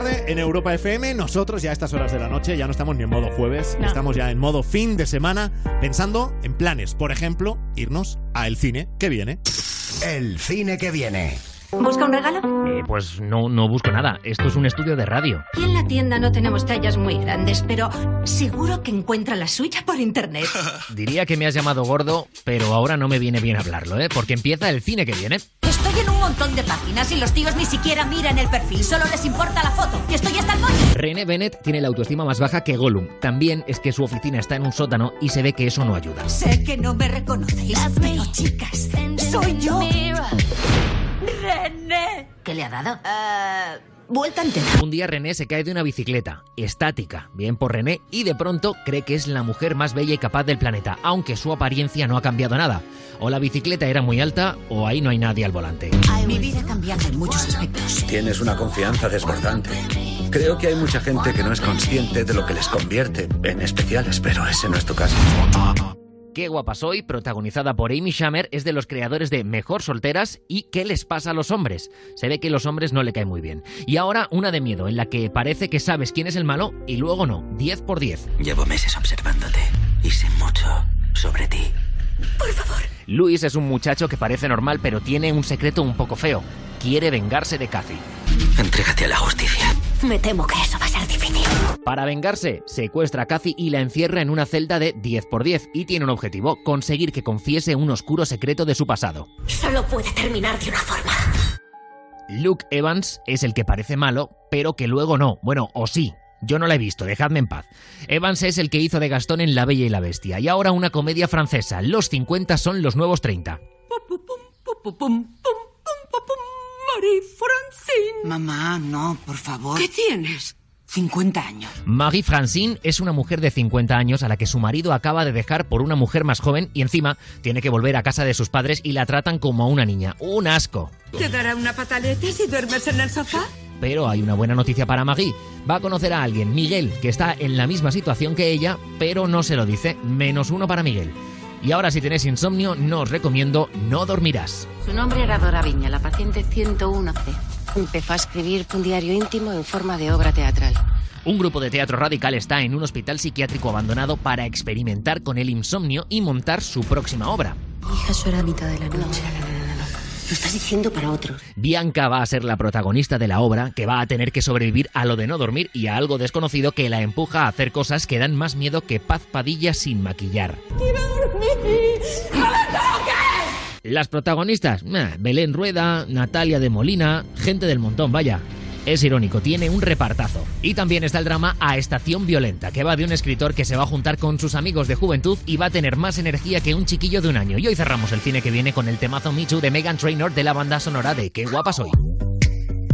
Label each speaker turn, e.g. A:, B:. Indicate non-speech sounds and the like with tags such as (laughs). A: tarde en Europa FM. Nosotros ya a estas horas de la noche ya no estamos ni en modo jueves,
B: No.
A: estamos ya en modo fin de semana pensando en planes. Por ejemplo, irnos a el cine que viene.
C: El cine que viene.
D: ¿Busca un regalo?
E: Eh, pues no, no busco nada. Esto es un estudio de radio.
D: Aquí en la tienda no tenemos tallas muy grandes, pero seguro que encuentra la suya por
F: (laughs)
D: internet.
E: Diría que me has llamado gordo, pero ahora no me viene bien hablarlo, ¿eh? Porque empieza el cine que viene.
F: Estoy en un montón de páginas y los tíos ni siquiera miran el perfil, solo les importa la foto. Y estoy hasta el coche.
E: René Bennett tiene la autoestima más baja que Gollum. También es que su oficina está en un sótano y se ve que eso no ayuda.
F: Sé que no me reconocéis, pero chicas, soy yo. René. ¿Qué le ha dado? Eh, vuelta entera.
E: Un día René se cae de una bicicleta, estática, bien por René, y de pronto cree que es la mujer más bella y capaz del planeta, aunque su apariencia no ha cambiado nada. O la bicicleta era muy alta, o ahí no hay nadie al volante.
F: Mi vida ha cambiado en muchos aspectos.
C: Tienes una confianza desbordante. Creo que hay mucha gente que no es consciente de lo que les convierte en especiales, pero ese no es tu caso.
E: Qué guapa soy, protagonizada por Amy Schumer, es de los creadores de Mejor Solteras y ¿Qué les pasa a los hombres? Se ve que los hombres no le cae muy bien. Y ahora una de miedo, en la que parece que sabes quién es el malo y luego no, 10 por 10.
G: Llevo meses observándote y sé mucho sobre ti.
E: Luis es un muchacho que parece normal pero tiene un secreto un poco feo. Quiere vengarse de Kathy.
G: Entrégate a la justicia.
F: Me temo que eso va a ser difícil.
E: Para vengarse, secuestra a Kathy y la encierra en una celda de 10 por 10 y tiene un objetivo, conseguir que confiese un oscuro secreto de su pasado.
F: Solo puede terminar de una forma.
E: Luke Evans es el que parece malo, pero que luego no. Bueno, o sí. Yo no la he visto, dejadme en paz. Evans es el que hizo de Gastón en La Bella y la Bestia, y ahora una comedia francesa. Los 50 son los nuevos 30.
H: Marie Francine.
I: Mamá, no, por favor.
H: ¿Qué tienes?
I: 50 años.
E: Marie Francine es una mujer de 50 años a la que su marido acaba de dejar por una mujer más joven y encima tiene que volver a casa de sus padres y la tratan como a una niña. ¡Un asco!
H: ¿Te dará una pataleta si duermes en el sofá?
E: Pero hay una buena noticia para Maggie. Va a conocer a alguien, Miguel, que está en la misma situación que ella, pero no se lo dice. Menos uno para Miguel. Y ahora si tenéis insomnio, no os recomiendo, no dormirás.
J: Su nombre era Dora Viña, la paciente 101C. Empezó a escribir un diario íntimo en forma de obra teatral.
E: Un grupo de teatro radical está en un hospital psiquiátrico abandonado para experimentar con el insomnio y montar su próxima obra.
J: Mi hija suena a mitad de la noche. No, no, no, no. Lo estás diciendo para otros.
E: Bianca va a ser la protagonista de la obra, que va a tener que sobrevivir a lo de no dormir y a algo desconocido que la empuja a hacer cosas que dan más miedo que Paz Padilla sin maquillar. Las protagonistas, nah, Belén Rueda, Natalia de Molina, gente del montón, vaya. Es irónico, tiene un repartazo. Y también está el drama A Estación Violenta, que va de un escritor que se va a juntar con sus amigos de juventud y va a tener más energía que un chiquillo de un año. Y hoy cerramos el cine que viene con el temazo Michu de Megan Trainor de la banda sonora de Qué guapa soy.